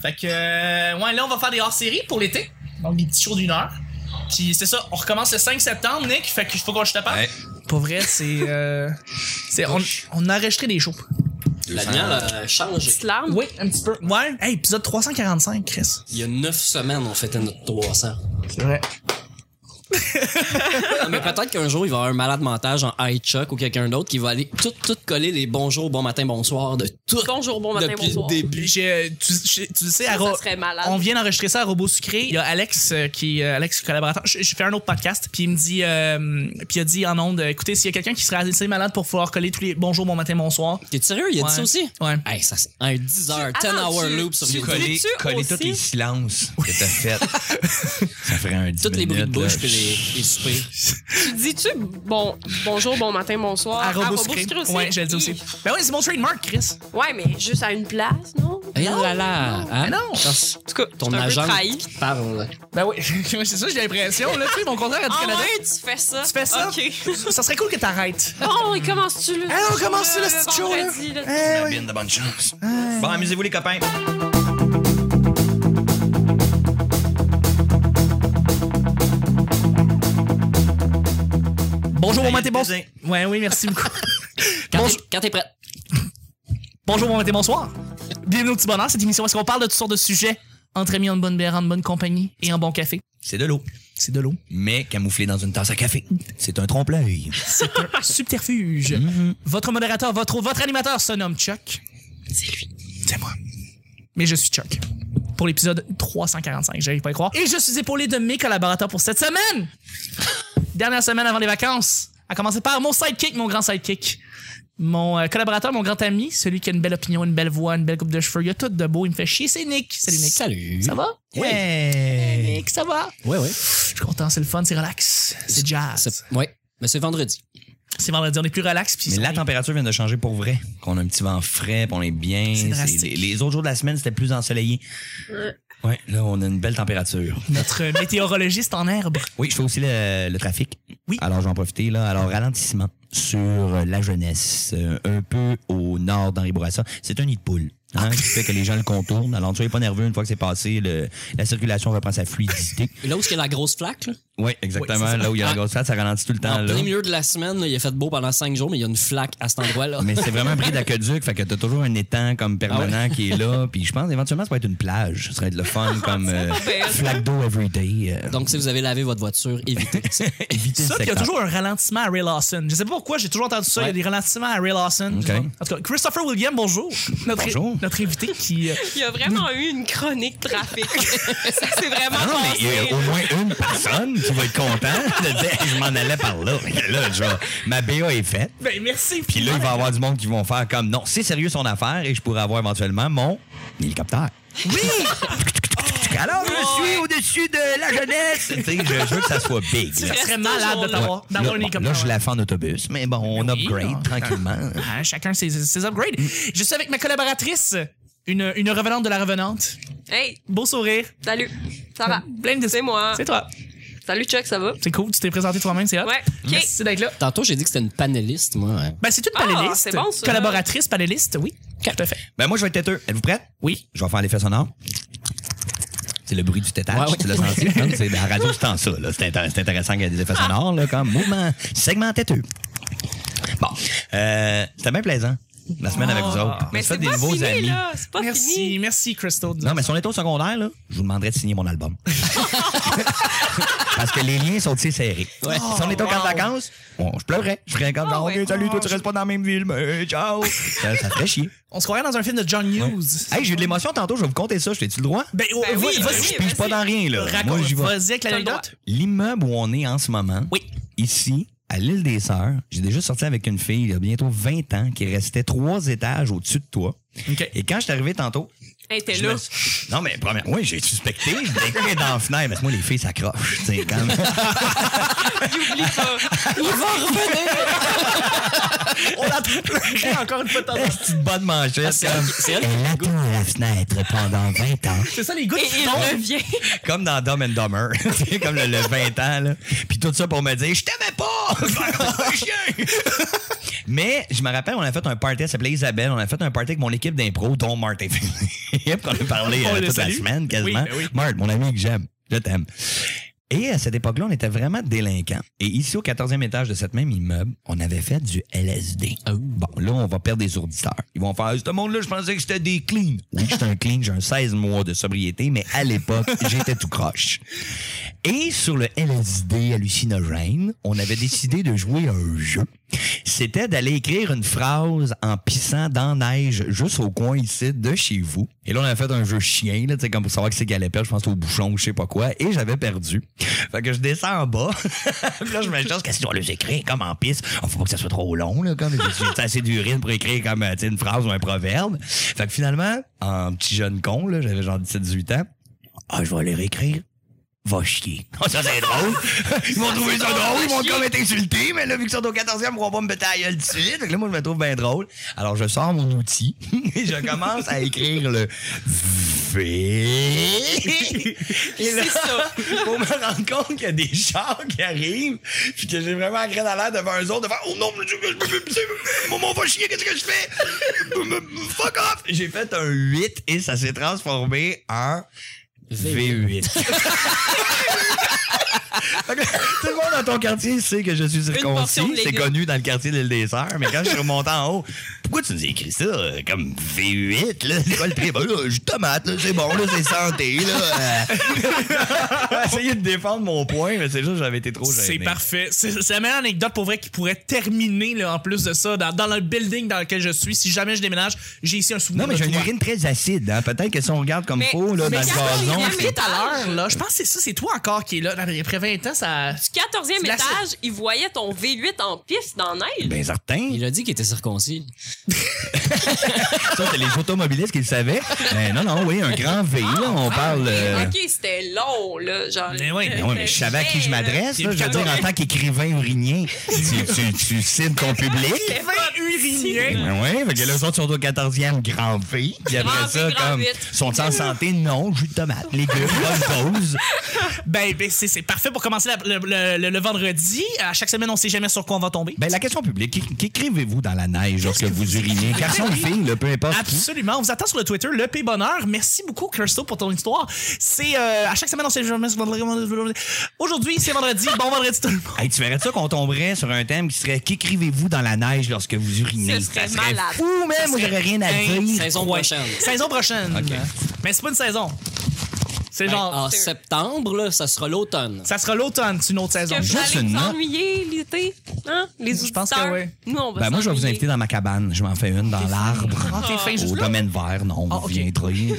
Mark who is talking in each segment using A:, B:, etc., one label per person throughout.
A: Fait que, euh, ouais, là, on va faire des hors-séries pour l'été. Donc, des petits shows d'une heure. Puis c'est ça, on recommence le 5 septembre, Nick. Fait que faut qu'on je te parle.
B: Ouais.
A: Pour vrai, c'est. euh, c'est on, on a enregistré des shows.
C: La
B: 200.
C: mienne euh, change.
D: Petite larme.
A: Oui, un petit peu. Ouais. Hey, épisode 345, Chris.
C: Il y a 9 semaines, on fêtait notre 300.
A: C'est vrai.
C: Non, mais peut-être qu'un jour, il va y avoir un malade mental, genre High Chuck ou quelqu'un d'autre, qui va aller tout, tout coller les bonjours, bon matin, bonsoir de tout.
D: Bonjour, bon matin,
C: depuis
D: bonsoir.
C: le début.
A: J'ai, euh, tu, j'ai- tu le sais, à
D: Ça,
A: Ro-
D: ça serait malade.
A: on vient d'enregistrer ça à Robot Sucré. Il y a Alex euh, qui euh, Alex collaborateur. Je, je fais un autre podcast, puis il me dit, euh, puis il a dit en ondes, écoutez, s'il y a quelqu'un qui serait assez malade pour pouvoir coller tous les bonjour, bon matin, bonsoir.
C: T'es sérieux? Il a dit ça
A: Ouais.
C: aussi?
A: Ouais.
C: Hey, ça, c'est un 10 heures, 10
D: Attends,
C: hour
D: tu-
C: loop sur
D: tu
C: YouTube.
D: colles-
B: Coller,
D: Veux-tu
B: coller
D: aussi-
B: tous les silences que t'as fait. ça ferait un 10
C: Tous les bruits de
B: minutes,
C: bouche
B: là.
C: puis les, les soupers.
D: Tu dis-tu bon, bonjour, bon matin, bonsoir
A: À Robot
D: Robot
A: Sucré.
D: Sucré aussi?
A: Ouais, je le dis aussi. Ben oui, c'est mon trademark, Chris.
D: Ouais, mais juste à une place, non?
C: Eh là là! hein?
A: Mais non.
C: Parce-
D: En tout cas,
C: Ton
D: je suis un peu
C: agent
D: trahi.
C: qui te parle.
A: Ben oui, c'est ça, j'ai l'impression. Là, tu sais, mon contraire à du
D: Ah
A: Canada.
D: ouais, tu fais ça?
A: Tu fais ça?
D: OK.
A: Ça serait cool que t'arrêtes.
D: Bon, et commences-tu le
A: Hey, on commence-tu le petit show, là?
D: Euh, vendredi, là?
A: Eh oui.
B: Bien de bonne chance. Bon, amusez-vous les copains.
A: Bonjour, bon matin,
B: le
A: bonsoir.
B: plaisir.
A: Ouais, oui, merci beaucoup.
C: Quand
A: Bonjour.
C: t'es- quand t'es prête.
A: Bonjour, bon matin, bonsoir. Bienvenue au petit bonheur, cette émission où est-ce qu'on parle de toutes sortes de sujets entre amis, en bonne bière, en bonne compagnie et en bon café.
B: C'est de l'eau,
A: C'est de l'eau.
B: mais camouflée dans une tasse à café. C'est un trompe-l'œil.
A: C'est un subterfuge.
B: Mhm.
A: Votre modérateur, votre, votre animateur se nomme Chuck,
B: C'est moi.
A: mais je suis Chuck. Pour l'épisode 345, j'arrive pas à y croire. Et je suis épaulé de mes collaborateurs pour cette semaine. Dernière semaine avant les vacances. À commencer par mon sidekick, mon grand sidekick. Mon euh, collaborateur, mon grand ami, celui qui a une belle opinion, une belle voix, une belle coupe de cheveux. Il a tout de beau, il me fait chier. C'est Nick. Salut Nick.
C: Salut.
A: Ça va?
B: Ouais.
A: Nick, ça va?
C: Ouais, ouais.
A: Je suis content, c'est le fun, c'est relax, c'est jazz.
C: C'est- Ouais. Mais c'est vendredi.
A: C'est vendredi, on est plus relax. Puis
B: Mais la
A: on est-
B: température vient de changer pour vrai. Qu'on a un petit vent frais, puis on est bien.
A: C'est drastique.
B: les, les autres jours de la semaine, c'était plus ensoleillé. Ouais, là, on a une belle température.
A: notre météorologiste en herbe.
B: Oui, je fais aussi le, le trafic.
A: Oui.
B: Alors, je vais en profiter, là. Alors, ralentissement sur euh, la jeunesse, euh, un peu au nord d'Henri Bourassa. C'est un nid de poule. Hein, qui fait que les gens le contournent. Alors, ne soyez pas nerveux une fois que c'est passé. le- la circulation reprend sa fluidité.
C: Et là où est-ce qu'il y a la grosse flaque, là?
B: Oui, exactement.
A: Oui, c'est ça.
B: là où il y a la grosse flatte, ça Ah. ralentit tout le temps.
C: En
B: là.
C: plein milieu de la semaine, là, il a fait beau pendant cinq jours, mais il y a une flaque à cet endroit-là.
B: Mais c'est vraiment pris d'aqueduc, fait que t'as toujours un étang comme permanent qui est là. Puis je pense éventuellement ça va être une plage. Ça serait de le fun comme euh,
D: Ben,
B: flaque d'eau everyday. euh,
C: Donc, si vous avez lavé votre voiture, évitez.
B: éviter le
A: Ça, puis il y a
B: secteur.
A: toujours un ralentissement à Ray Lawson. Je sais pas pourquoi, j'ai toujours entendu ça. Il y a
C: Ouais.
A: des ralentissements à Ray Lawson.
B: Ok.
A: En tout cas, Christopher William, bonjour. Notre,
B: Bonjour.
A: notre invité qui. euh,
D: Il y a vraiment eu une chronique trafic. ça, c'est vraiment
B: Ah non, mais il y
D: passé.
B: a au moins une personne qui va être contente de dire Hey, je m'en allais par là. Là, genre, ma BA est faite.
A: ben, merci.
B: Puis là, il va y avoir du monde qui vont faire comme non, c'est sérieux son affaire et je pourrais avoir éventuellement mon hélicoptère.
A: Oui!
B: Alors, je suis au-dessus de la jeunesse. Tu sais, je, je veux que ça soit big.
A: Ça
B: là.
A: serait
D: Reste
A: malade de
D: toujours là.
A: t'avoir
B: Là,
A: d'avoir un
B: bon,
A: hélicoptère. Ben
B: là, je la fais en autobus, mais bon, on
A: oui, hein.
B: upgrade
A: là.
B: tranquillement.
A: Ah, chacun ses, ses upgrades.
B: Mm.
A: Je suis avec ma collaboratrice, une, une revenante de la revenante.
D: Hey,
A: Beau sourire.
D: salut. Ça va?
A: Plein de
D: C'est moi.
A: C'est toi.
D: Salut Chuck, ça va?
A: C'est cool, tu t'es présenté toi-même, c'est hot.
D: Ouais. OK.
A: Merci d'être là.
C: Tantôt, j'ai dit que c'était une panéliste, moi. hein.
A: Ben, c'est une
D: Ah,
A: panéliste.
D: c'est bon, ça.
A: Collaboratrice, panéliste, oui. Tout à fait.
B: Ben, moi, je vais être têteux. Êtes-vous prête?
A: Oui.
B: Je vais faire l'effet sonore. C'est le bruit du tétage.
C: Ouais, ouais.
B: Tu l'as senti? hein? C'est- La radio, c'est en ça. là. C'est intér- c'est intéressant qu'il y ait des
D: Ah.
B: effets sonores, là, comme mouvement, segment têteux. Bon. Euh, C'était bien plaisant, la semaine avec vous autres.
D: Ah. Mais
B: On se fait
D: c'est pas
B: nouveaux
D: fini, là. C'est pas
A: Merci,
D: fini.
A: merci, Crystal.
B: Non, mais si on était au secondaire, là, je vous demanderais de signer mon album. Parce que les liens sont si serrés. si on était au camp de vacances, bon, je pleurais. Je ferais comme,
D: Oh, Ah
B: oh,
D: ouais.
B: ok, salut, toi, tu restes pas dans la même ville, mais ciao. ça, ça ferait chier.
A: On se croirait dans un film de John Hughes.
B: Hey, j'ai eu de l'émotion tantôt, je vais vous compter ça. J'ai-tu le droit?
A: Ben, oh,
D: Ben
A: vas-y,
D: oui,
A: vas-y,
D: ben
B: Eh, Je pige pas dans rien, là. Moi,
A: Euh, raconte.
B: j'y vais.
A: Vas-y avec l'anecdote.
B: L'immeuble où on est en ce moment,
A: Oui.
B: ici, à l'île des Sœurs, j'ai déjà sorti avec une fille il y a bientôt 20 ans qui restait trois étages au-dessus de toi.
A: OK.
B: Et quand je suis arrivé tantôt,
D: Hey, t'es
B: je
D: là.
B: me suis- Non, mais première, oui, j'ai suspecté. Je l'ai écrit dans la fenêtre. Parce que moi, les filles s'accrochent. tu sais, Quand...
D: Oublie pas.
C: Il va revenir!
A: On l'attendrait encore une fois de temps en temps.
B: petite bonne manchette.
C: C'est elle- c'est elle qui
B: Elle attend à la fenêtre pendant 20 ans.
A: C'est ça, les gars
D: Et
A: qui
D: il
A: tombent.
D: revient.
B: Comme dans Dumb and Dumber. Tu sais, comme le, le 20 ans, là. Puis tout ça pour me dire, je t'aimais pas! Chien! Mais je me rappelle, on a fait un party, elle s'appelait Isabelle, on a fait un party avec mon équipe d'impro, dont Martin Philippe, qu'on a parlé euh,
A: On le
B: toute la
A: salue.
B: semaine quasiment.
A: Oui, ben oui.
B: Marthe, mon ami que j'aime, je t'aime. Et à cette époque-là, on était vraiment délinquants. Et ici, au 14e étage de cette même immeuble, on avait fait du LSD.
A: Oh.
B: Bon, là, on va perdre des auditeurs. Ils vont faire, ce monde-là, je pensais que j'étais des clean. Oui, j'étais un clean, j'ai un 16 mois de sobriété, mais à l'époque, j'étais tout croche. Et sur le LSD hallucinogène, on avait décidé de jouer à un jeu. C'était d'aller écrire une phrase en pissant dans la neige juste au coin ici de chez vous. Et là, on a fait un jeu chien, là, tu sais, comme pour savoir que c'est qu'elle allait perdre, je pense au bouchon ou je sais pas quoi. Et j'avais perdu. Fait que je descends en bas. Puis là, je me dis, qu'est-ce qu'on doit les écrire comme en pisse? On faut pas que ça soit trop long, là, comme j'ai j'ai assez d'urine pour écrire comme, euh, tu sais, une phrase ou un proverbe. Fait que finalement, en petit jeune con, là, j'avais genre 17-18 ans. Ah, je vais aller réécrire va chier. Oh, ça, c'est drôle. Ils vont trouver ça drôle. Ils vont comme être insultés. Mais là, vu qu'ils sont au 14e, ils vont pas me péter la gueule tout de suite. Fait que là, moi, je me trouve bien drôle. Alors, je sors mon outil et je commence à écrire le V. Et là, pour me rendre compte qu'il y a des chars qui arrivent puis que j'ai vraiment la graine à l'air devant eux autres de faire Oh non, mon Dieu, je me fais pisser. Mon- Mon va chier, qu'est-ce que je fais? Fuck off! J'ai fait un 8 et ça s'est transformé en V8. Fait que Tout le monde dans ton quartier sait que je suis
D: portion
B: circoncis.
D: de
B: C'est
D: légumes.
B: connu dans le quartier de l'île des Sœurs. Mais quand je suis remonté en haut, pourquoi tu nous écris ça euh, comme V8? là? C'est quoi le prix? Ben là, je tomate, là, c'est bon, là, c'est santé. Là. Euh, Essayez de défendre mon point, mais c'est juste que j'avais été trop gêné.
A: C'est parfait. C'est c'est la meilleure anecdote pour vrai qui pourrait terminer là, en plus de ça dans, dans le building dans lequel je suis. Si jamais je déménage, j'ai ici un souvenir.
B: Non, mais
A: de
B: j'ai une
A: toi.
B: urine très acide. hein. Peut-être que si on regarde comme
D: Mais-
B: faux là,
D: mais
B: dans le
D: quand on
B: gazon,
D: regarde-
B: c'est-
A: Puis tout à l'heure, là, je pense que c'est ça, c'est toi encore qui est là. Après 20 ans, ça.
D: Du 14e
A: C'est la-
D: étage, il voyait ton V8 en pif dans la neige.
B: ben certain.
C: Il a dit qu'il était circoncis.
B: Ça, c'est les automobilistes qui le savaient. Ben, non, non, oui, un grand V, là, on
D: Ah,
B: parle... euh,
D: Ok, c'était long, là. Genre, euh,
A: Mais oui,
B: Ben ouais, mais je savais à qui je m'adresse. là. Je veux dire, en tant qu'écrivain urinien, tu, tu, tu cibles ton public.
A: urinien.
B: Ben ouais, fait que là, les autres sont au 14e grand V. Puis après
D: Grand V,
B: ça,
D: grand
B: comme,
D: huit.
B: sont en santé? Non, jus de tomate, légumes, bonne dose.
A: Ben, ben, c'est c'est parfait pour commencer la- le, le- le- le vendredi. À chaque semaine, on sait jamais sur quoi on va tomber.
B: Ben, la question publique, qu'é- qu'écrivez-vous dans la neige lorsque vous urinez? Garçon ou fille, là, peu importe. qui.
A: Absolument. On vous attend sur le Twitter, le P Bonheur. Merci beaucoup, Kirsto, pour ton histoire. C'est euh, à chaque semaine, on sait jamais sur vendredi. Aujourd'hui, c'est vendredi. Bon vendredi tout le monde.
B: Hey, tu verrais ça qu'on tomberait sur un thème qui serait Qu'écrivez-vous dans la neige lorsque vous urinez?
D: Ce serait
B: Ça
D: malade.
B: fou, même, moi, j'aurais rien à dire.
C: Saison prochaine.
A: Saison prochaine. Mais c'est pas une saison. Oh, C'est
C: Ben,
A: genre.
B: ah.
C: en septembre, là, ça sera l'automne.
A: Ça sera l'automne, c'est une autre saison.
D: Que vous
B: Juste
D: allez vous
B: une note.
D: ennuyer l'été, hein? Les
A: Je pense que
D: auditeurs.
A: oui.
D: Nous, on va
B: Ben moi, je vais vous inviter dans ma cabane. Je m'en fais une dans l'arbre.
A: Ah, t'es fin juste
B: Au
A: là.
B: domaine vert, non,
A: Ah,
B: on
A: ok.
B: reviendrez.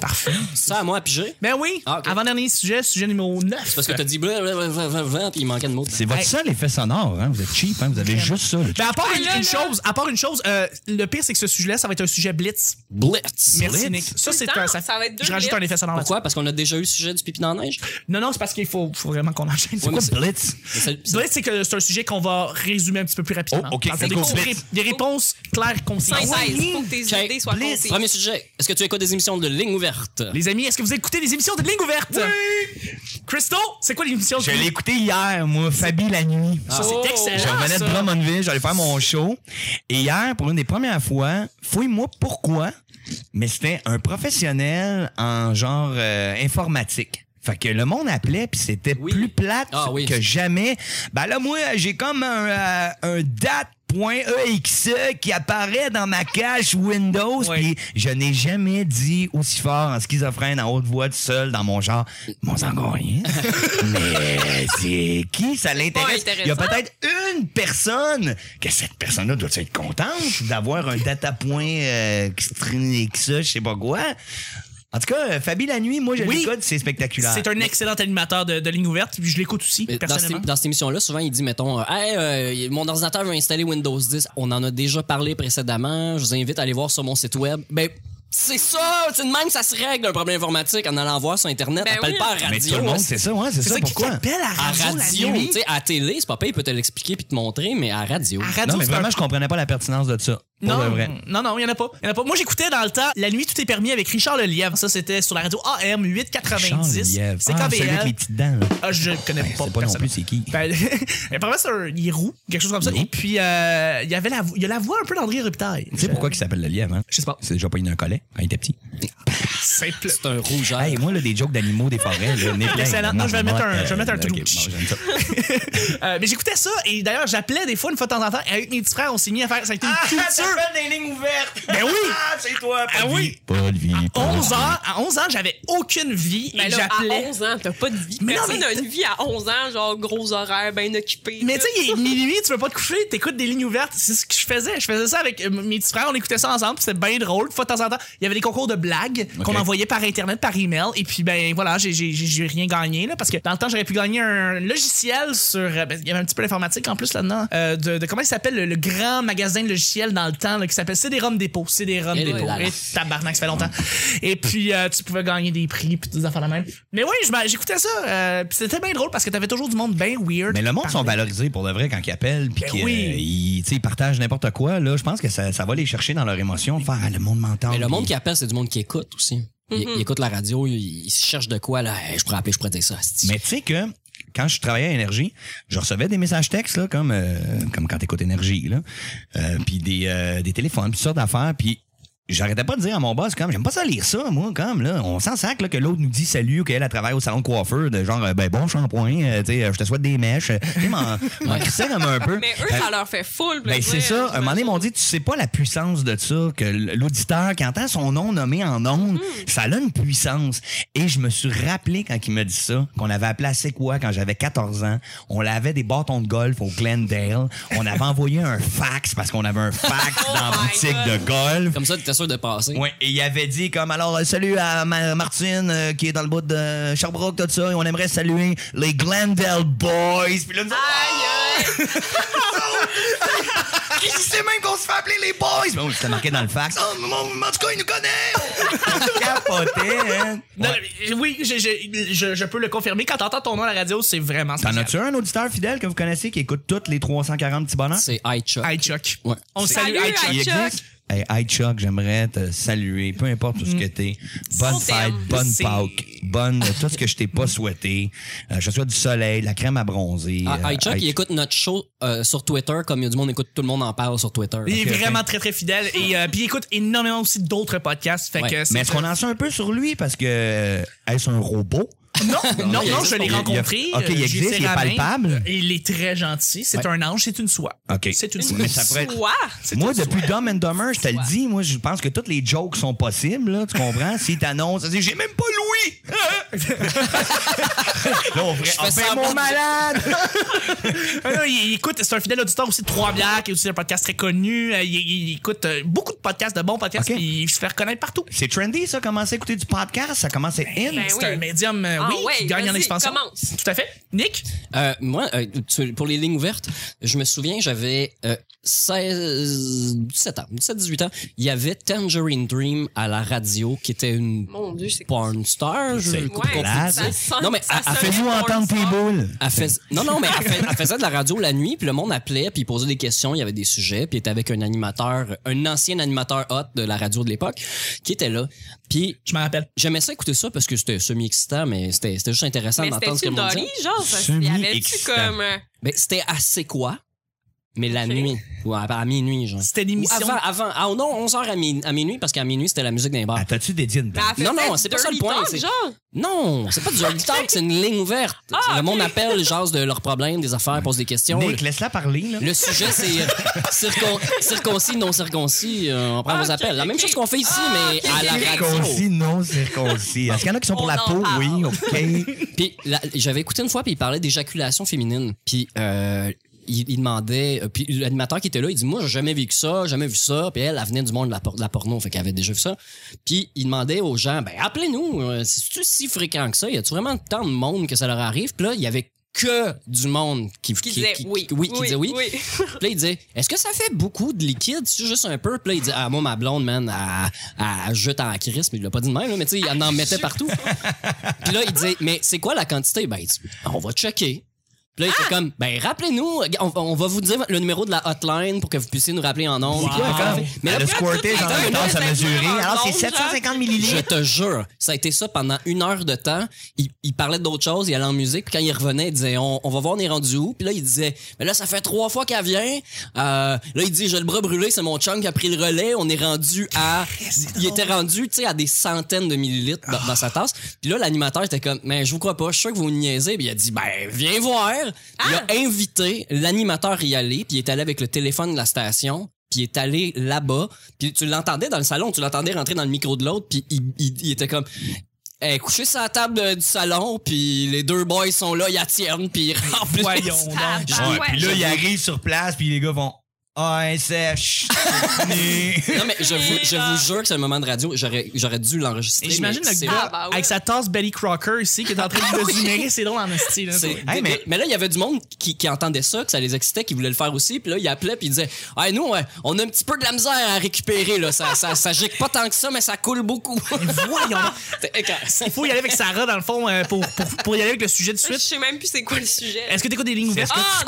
A: Parfait.
C: Ça, à moi, à piger.
A: Ben oui.
C: Ah, ok.
A: Avant-dernier sujet, sujet numéro 9.
C: C'est parce que t'as dit blablabla, puis il manquait de mots.
B: C'est votre
A: Hey.
B: seul effet sonore, hein? Vous êtes cheap, hein? Vous avez juste ça. le
A: Ben, à part
D: Ah,
A: une,
D: là,
A: une
D: là.
A: chose, à part une chose, euh, le pire, c'est que ce sujet-là, ça va être un sujet blitz.
C: Blitz.
A: Merci,
B: Blitz?
A: Nick. Ça,
D: Tout
A: c'est
D: le temps,
A: un.
D: ça va être deux
A: Je rajoute
D: blitz.
A: un effet sonore là-dessus.
C: Pourquoi? Parce qu'on a déjà eu le sujet du pipi dans la neige.
A: Non, non, c'est parce qu'il faut, faut vraiment qu'on enchaîne.
C: Ouais, mais
B: Quoi, Blitz?
C: Mais c'est- c'est-
A: Blitz, c'est que c'est un sujet qu'on va résumer un petit peu plus rapidement.
B: Oh, ok,
A: Parce que
B: c'est
A: des,
B: cool.
A: des-
B: Blitz.
A: des réponses claires, concises.
D: Il faut que tes
C: Ok.
D: idées soient
B: Blitz.
D: comptées.
C: Premier sujet. Est-ce que tu écoutes des émissions de ligne ouverte?
A: Les amis, est-ce que vous écoutez les émissions de Ligne Ouverte? Oui! Christo, c'est quoi l'émission
B: Je
A: de
B: l'ai écouté hier, moi, Fabi la nuit.
A: Ça,
D: Oh.
A: c'est excellent.
B: Je revenais de
A: ça.
B: Drummondville, j'allais faire mon show. Et hier, pour une des premières fois, fouille-moi pourquoi, mais c'était un professionnel en genre euh, informatique. Fait que le monde appelait, puis c'était
C: Oui.
B: plus plate
C: Ah oui.
B: que jamais. Ben là, moi, j'ai comme un, euh, un date.exe E qui apparaît dans ma cache Windows,
A: Ouais.
B: puis je n'ai jamais dit aussi fort en schizophrène, en haute voix, tout seul, dans mon genre, mon sangoyen. Mais c'est qui ça l'intéresse?
D: Pas
B: Il y a
D: intéressant.
B: peut-être une personne que cette personne-là doit être contente d'avoir un data point euh, qui se traîne que ça, je sais pas quoi. En tout cas, euh, Fabi la nuit, moi je
A: Oui.
B: l'écoute, c'est spectaculaire.
A: C'est un excellent animateur de, de Ligne Ouverte, puis je l'écoute aussi,
C: Mais Dans,
A: personnellement.
C: cette- dans cette émission-là, souvent, il dit, mettons, euh, Hey, euh, mon ordinateur veut installer Windows 10. On en a déjà parlé précédemment. Je vous invite à aller voir sur mon site web. Ben, C'est ça, c'est de même ça se règle un problème informatique en allant voir sur internet,
D: Ben
C: appelle
D: oui.
C: pas à la
B: Mais tout
C: radio.
B: le monde, c'est ça, ouais, c'est ça. Pourquoi?
A: t'appelle à
C: à
A: radio,
C: radio,
A: la nuit?
C: tu sais, à télé, c'est pas payé, il peut te l'expliquer puis te montrer, mais à radio.
A: À radio,
B: Non, mais
A: c'est un-
B: vraiment, je comprenais pas la pertinence de ça. Pour
A: Non,
B: de vrai.
A: non, non, il y en a pas. Y en a pas. Moi, j'écoutais dans le temps La nuit tout est permis avec Richard Lelièvre. Ça, c'était sur la radio AM
B: Charles
A: 890.
B: Lièvre.
A: C'est
B: Ah,
A: quand
B: celui avec les petites dents, là.
A: Ah, je connais
B: Ben,
A: pas.
B: c'est pas non
A: personne.
B: plus, c'est qui?
A: Ben, apparemment, c'est un- il est roux, quelque chose comme ça.
B: Il est roux.
A: Et puis, euh, il y avait la, vo- il y a la voix un peu d'André Rubitaille.
B: Tu sais pourquoi il s'appelle le lièvre, hein?
A: Je sais pas.
B: C'est déjà pas eu un collet quand il était petit.
A: Simple.
C: C'est un rouge à
B: Hey, moi, là, des jokes d'animaux, des forêts, je n'ai plein. euh,
A: Excellent. Non, je vais mettre un- je vais mettre un
B: ok,
A: trou.
B: bon, j'aime ça.
A: Euh, mais j'écoutais ça et d'ailleurs, j'appelais des fois, une fois de temps en temps, et avec mes petits frères, on s'est mis à faire. Ça a été une
B: Ah,
A: culture.
E: des lignes ouvertes!
A: Ben oui!
E: Ah, c'est toi!
A: Ah oui!
B: Pas de vie. pas de vie.
A: 11 ans, à 11 ans, j'avais aucune vie
D: Mais
A: et
D: Ben là, à
A: j'appelais.
D: 11 ans, t'as pas de vie.
A: Mais non,
D: Personne
A: mais-
D: n'a une vie à 11 ans, genre gros horaire, bien occupé.
A: Mais tu sais, il est minuit, tu veux pas te coucher, t'écoutes des lignes ouvertes. C'est ce que je faisais. Je faisais ça avec euh, mes petits frères, on écoutait ça ensemble, puis c'était bien drôle. Une fois de temps en temps, il y avait des concours de blagues qu'on
B: Ok.
A: envoyait par Internet, par email. Et puis, ben voilà, j'ai- j'ai j'ai- j'ai rien gagné, là, parce que dans le temps, j'aurais pu gagner un logiciel sur. euh, ben, il y avait un petit peu d'informatique en plus là-dedans. euh, de, de comment il s'appelle le, le grand magasin de logiciels dans le temps, là, qui s'appelle CD-ROM Dépôt. CD-ROM
B: Eh
C: Et
A: Dépôt.
C: là là.
A: Et tabarnak, ça fait longtemps. Et puis, euh, tu pouvais gagner des prix, puis des affaires de même. Mais oui, je m'en- j'écoutais ça. euh, puis c'était bien drôle parce que t'avais toujours du monde bien weird.
B: Mais le monde sont
A: Parfait.
B: valorisés pour de vrai quand ils appellent puis
A: Ben
B: qu'ils
A: oui.
B: euh, ils, tu sais, ils partagent n'importe quoi là, je pense que ça, ça va les chercher dans leur émotion, de faire Ah, le monde m'entend.
C: Mais le monde
B: puis-
C: qui appelle, c'est du monde qui écoute aussi. Il, il écoute la radio, il, il se cherche de quoi, là. Hey, je pourrais appeler, je pourrais dire ça. asti.
B: Mais tu sais que quand je travaillais à Énergie, je recevais des messages textes là, comme euh, comme quand t'écoutes Énergie là, Euh, puis des euh, des téléphones, puis ça d'affaires, puis J'arrêtais pas de dire à mon boss, comme, j'aime pas ça lire ça, moi, comme, là. On s'en sac, là, que l'autre nous dit salut, ou qu'elle, elle travaille au salon de coiffeur, de genre, euh, ben, bon shampoing, euh, tu sais, euh, je te souhaite des mèches. Euh, Tu sais, m'en- m'en crissais comme un peu.
D: Mais eux,
B: Euh,
D: ça leur fait full.
B: Ben,
D: plaisir,
B: c'est ça. Un moment donné, ils m'ont
D: j'imagine.
B: dit, tu sais pas la puissance de ça, que l'auditeur, qui entend son nom nommé en
D: Hmm.
B: ondes, ça a une puissance. Et je me suis rappelé quand il m'a dit ça, qu'on avait appelé à C'est quoi quand j'avais 14 ans. On l'avait des bâtons de golf au Glendale. On avait envoyé un fax parce qu'on avait un fax dans la
D: Oh my
B: boutique
D: God.
B: de golf.
C: Comme ça, t'étais sûr de passer.
B: Ouais, et il avait dit comme alors euh, salut à Ma- Martine euh, qui est dans le bout de Sherbrooke tout ça et on aimerait saluer les Glendale Boys. Puis là nous autres,
D: Aïe, aïe.
B: Chris, il sait même qu'on se fait appeler les boys! Bon, c'était marqué dans le fax. Oh, mon, en tout cas, il nous connaît! On capotait, hein?
A: Non, mais, oui, je, je, je, je peux le confirmer. Quand t'entends ton nom à la radio, c'est vraiment
B: T'en
A: spécial.
B: as-tu un auditeur fidèle que vous connaissez qui écoute tous les 340 petits bonheurs?
C: C'est Hi Chuck.
A: Hi Chuck.
C: Ouais.
A: On le salue,
D: Salut,
A: Hi Chuck.
D: Hi Chuck.
B: Hey, hi Chuck, j'aimerais te saluer, peu importe
C: Mm.
B: tout ce que t'es. Bonne
D: On
B: fête,
D: t'aime.
B: bonne
A: C'est-
B: Pâques, bonne tout ce que je t'ai pas souhaité. Euh, je te souhaite du soleil, de la crème à bronzer.
C: Ah,
B: Euh,
C: Hi Chuck, il écoute notre show euh, sur Twitter, comme il y a du monde écoute, tout le monde en parle sur Twitter.
A: Il est
B: Ok, ok.
A: vraiment très, très fidèle. Et euh, puis, il écoute énormément aussi d'autres podcasts. Fait
C: Ouais.
A: que c'est-
B: Mais est-ce qu'on en sait un peu sur lui? Parce que euh, est-ce un robot?
A: Non, non,
C: il
A: non,
C: existe
A: je l'ai
B: pas.
A: rencontré.
B: Il a- ok, il
A: euh,
B: existe,
A: j'ai
B: il est
A: serré la main.
B: palpable.
A: Il est très gentil. C'est un ange, c'est une soie.
B: OK.
A: C'est une soie.
B: Mais ça pourrait être-
D: Ouah.
B: Moi, depuis Dumb and Dumber, je te le dis, moi, je pense que toutes les jokes sont possibles, là, tu comprends? Si t'annonces, c'est j'ai même pas Louis! là, on ferait,
C: fais
B: enfin,
C: semblant
B: mon
C: de-
B: malade!
A: Ah non, il, il écoute, c'est un fidèle auditeur aussi de Trois Bières, qui est aussi un podcast très connu. Euh, Il, il- il écoute euh, beaucoup de podcasts, de bons podcasts,
B: Ok.
A: puis il se fait reconnaître partout.
B: C'est trendy, ça, commencer à écouter du podcast, ça commence à être in.
D: Ben
A: c'est
D: oui.
A: un médium, euh,
D: Ah
A: oui, qui
D: ouais,
A: gagne en
D: vas-y,
A: expansion.
D: commence.
A: Tout à fait. Nick?
C: Euh, moi, euh, tu- pour les lignes ouvertes, je me souviens, j'avais euh, 16, 17 ans, 17, 18 ans. Il y avait Tangerine Dream à la radio, qui était une
D: Mon Dieu, c'est
C: porn star. Je,
B: C'est
C: coupe
B: Ouais,
C: confus.
B: ça
D: sonne-
C: non, mais
D: ça
C: elle- elle
D: sonne
C: fait
B: Ah, Fais-nous
D: Porn
B: entendre tes
D: star.
B: boules.
C: Elle fais- Non, non, mais elle, fais- elle faisait de la radio la nuit, puis le monde appelait, puis il posait des questions, il y avait des sujets, puis elle était avec un animateur, un ancien animateur hot de la radio de l'époque, qui était là. Puis
A: Je m'en rappelle.
C: j'aimais ça écouter ça parce que c'était semi-excitant, mais c'était c'était juste intéressant
D: Mais
C: d'entendre ce que
D: c'était-tu
C: le monde
D: Dolly,
C: disait.
D: genre? Parce qu'il y avait-tu
B: Semi-excitant.
D: comme... euh,
C: Ben, c'était assez quoi, mais la
D: Ok.
C: nuit, ou à, à minuit, genre.
A: C'était
C: Ou
A: l'émission.
C: avant, avant, ah non, 11h à, min- à minuit, parce qu'à minuit, c'était la musique d'un bar.
B: Ah, t'as-tu dédié une
D: ben, elle
C: Non,
D: faisait
C: non, c'est pas ça le
D: Dirty
C: point,
D: Talk,
C: c'est-
D: genre?
C: Non, c'est pas du hobby talk, c'est une ligne ouverte.
D: Ah,
C: le monde
D: ok.
C: appelle, jase de leurs problèmes, des affaires, pose des questions.
B: Nick, laisse-la parler, là.
C: Le sujet, c'est euh, circon- circoncis, non circoncis. euh, on prend
D: Ah,
C: vos
D: ok, Ah,
C: appels. La
D: ok.
C: même chose qu'on fait ici, mais à la radio.
B: Circoncis, non circoncis. Est-ce qu'il y en a qui sont pour
D: On
B: la
D: en
B: peau?
D: parle.
B: Oui, OK.
C: Puis la- j'avais écouté une fois, puis il parlait d'éjaculation féminine. Puis euh, il, il demandait, euh, puis l'animateur qui était là, il dit Moi, j'ai jamais vécu ça, jamais vu ça. Puis elle, elle venait du monde de la, por- de la porno, fait qu'elle avait déjà vu ça. Puis il demandait aux gens Ben, appelez-nous, euh, c'est-tu si fréquent que ça Y a-tu vraiment tant de monde que ça leur arrive Puis là, il y avait que du monde qui,
D: Qui disait
C: qui-
D: oui.
C: qui- oui, qui disait oui.
D: oui.
C: Puis là, il disait, est-ce que ça fait beaucoup de liquide? C'est juste un peu. Puis là, il disait, ah, moi, ma blonde, man, elle, elle jette en crise, mais il l'a pas dit de même, là, mais tu sais, elle en mettait partout. Puis là, il disait, mais c'est quoi la quantité? Ben, il dit, on va checker. Puis là, il était comme, ben, rappelez-nous, on, on va vous dire le numéro de la hotline pour que vous puissiez nous rappeler en nombre.
A: Wow.
C: Mais là,
B: le squirtage
D: Attends,
B: en
D: mais là,
B: temps, ça
D: ça
B: mesurer.
D: dure
B: Alors, c'est
D: longtemps.
B: 750
C: je
B: millilitres.
C: te jure, ça a été ça pendant une heure de temps. Il, il parlait d'autres choses, il allait en musique, puis quand il revenait, il disait on, on va voir, on est rendu où. Puis là, il disait Mais là, ça fait trois fois qu'elle vient. Euh, là, il dit J'ai le bras brûlé, c'est mon chum qui a pris le relais. On est rendu à. Il était rendu, tu sais, à des centaines de millilitres dans, dans sa tasse. Puis là, l'animateur était comme Mais je vous crois pas, je suis sûr que vous niaisez. Puis il a dit Ben, viens voir. Il a invité l'animateur à y aller, puis il est allé avec le téléphone de la station puis il est allé là-bas, puis tu l'entendais dans le salon, tu l'entendais rentrer dans le micro de l'autre, puis il, il- il était comme... Eh, couché sur la table euh, du salon, puis les deux boys sont là, ils attirent, puis ils remplissent.
A: Voyons donc.
D: Ah, ouais.
B: Puis là, il arrive sur place, puis les gars vont. Ah, oh, sèche.
C: Non, mais je vous, je vous jure que c'est un moment de radio, j'aurais j'aurais dû l'enregistrer.
A: Et j'imagine
C: mais
A: le
C: c'est-
A: gars
D: Ah, bah ouais. Ah
A: avec sa tasse Betty Crocker ici qui est en train de désigner. C'est drôle en esti, là.
C: c'est-
B: Hey, mais-
C: mais... là, il y avait du monde qui, qui entendait ça, que ça les excitait, qui voulait le faire aussi. Puis là, il appelait, puis il disait Ah, nous, ouais, on a un petit peu de la misère à récupérer. là. Ça, ça, ça gicle pas tant que ça, mais ça coule beaucoup.
A: Voyons. donc.
C: C'était écœurant.
A: Il faut y aller avec Sarah, dans le fond, euh, pour, pour, pour y aller avec le sujet de
D: Je
A: suite.
D: sais même plus c'est quoi le sujet.
A: Est-ce que t'écoutes des lignes ouvertes?
D: ah,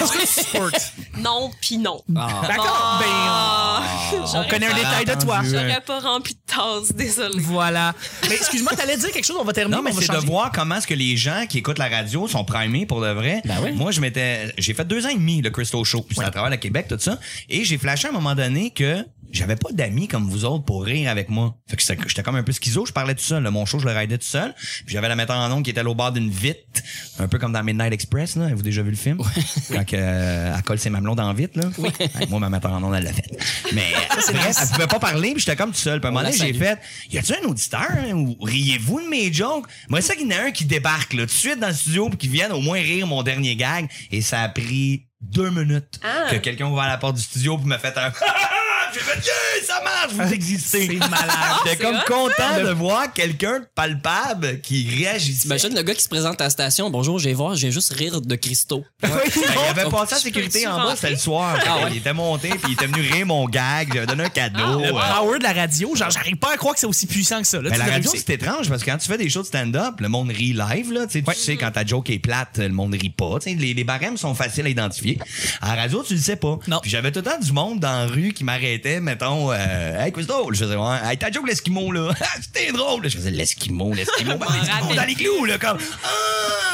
A: Est-ce que tu squirtes?
D: Non, non pis non. Ah.
C: Ah.
A: D'accord. Ben, on, on connaît un détail de toi.
B: Entendu.
D: J'aurais pas rempli de tasse, désolé.
A: Voilà. Mais excuse-moi, t'allais dire quelque chose, on va terminer.
B: Non, mais
A: on va
B: c'est
A: changer.
B: de voir comment est-ce que les gens qui écoutent la radio sont primés pour de vrai.
C: Ben oui.
B: Moi, je m'étais, j'ai fait deux ans et demi le Crystal Show, puis c'est à travers le Québec, tout ça, et j'ai flashé à un moment donné que j'avais pas d'amis comme vous autres pour rire avec moi. Fait que c'était- j'étais comme un peu schizo, je parlais tout seul. là. Mon show, je le raidais tout seul. Puis j'avais la metteur en ondes qui était au bord d'une vitre, un peu comme dans Midnight Express. Là. Avez-vous déjà vu le film? Quand que, euh, elle colle ses mamelons dans la vitre. Là. Ouais, moi, ma metteur en ondes, elle l'a fait. Mais bref, elle pouvait pas parler, puis j'étais comme tout seul. Puis à un moment
C: On la
B: donné, j'ai
C: salue.
B: fait fait, y a-tu un auditeur hein, ou riez-vous de mes jokes? Moi, c'est ça qu'il y en a un qui débarque là, tout de suite dans le studio puis qui vienne au moins rire mon dernier gag. Et ça a pris deux minutes que quelqu'un ouvre la porte du studio puis m'a fait un. J'ai fait, yeah, ça marche, vous existez.
A: C'est malade.
B: J'étais comme content de voir quelqu'un de palpable qui réagissait.
C: Imagine Ben, le gars qui se présente à la station. Bonjour, j'ai voir, j'ai juste rire de Christo.
B: Ben, il avait passé la
D: Tu
B: sécurité
D: peux-tu
B: en bas,
D: rentrer?
B: c'était le soir.
C: Ah ouais.
B: Il était monté, puis il était venu rire mon gag. J'avais donné un cadeau.
A: Ah, Le
B: Euh,
A: power de la radio, genre, j'arrive pas à croire que c'est aussi puissant que ça. Là,
B: Mais
A: tu
B: Ben, la
A: devrais
B: radio,
A: le-
B: c'est étrange parce que quand tu fais des shows de stand-up, le monde rit live. Là, tu sais, Tu sais, quand ta joke est plate, le monde rit pas. Tu sais, Les, les barèmes sont faciles à identifier. À la radio, tu le sais pas.
A: Non.
B: Puis j'avais tout le temps du monde dans la rue qui m'arrêtait, mettons, euh, Hey, Christo! Je faisais, ouais, hey, ta joke, l'esquimau, là. C'était drôle. Je faisais l'esquimau, l'esquimau. Ben, mais du monde dans les clous, là, comme.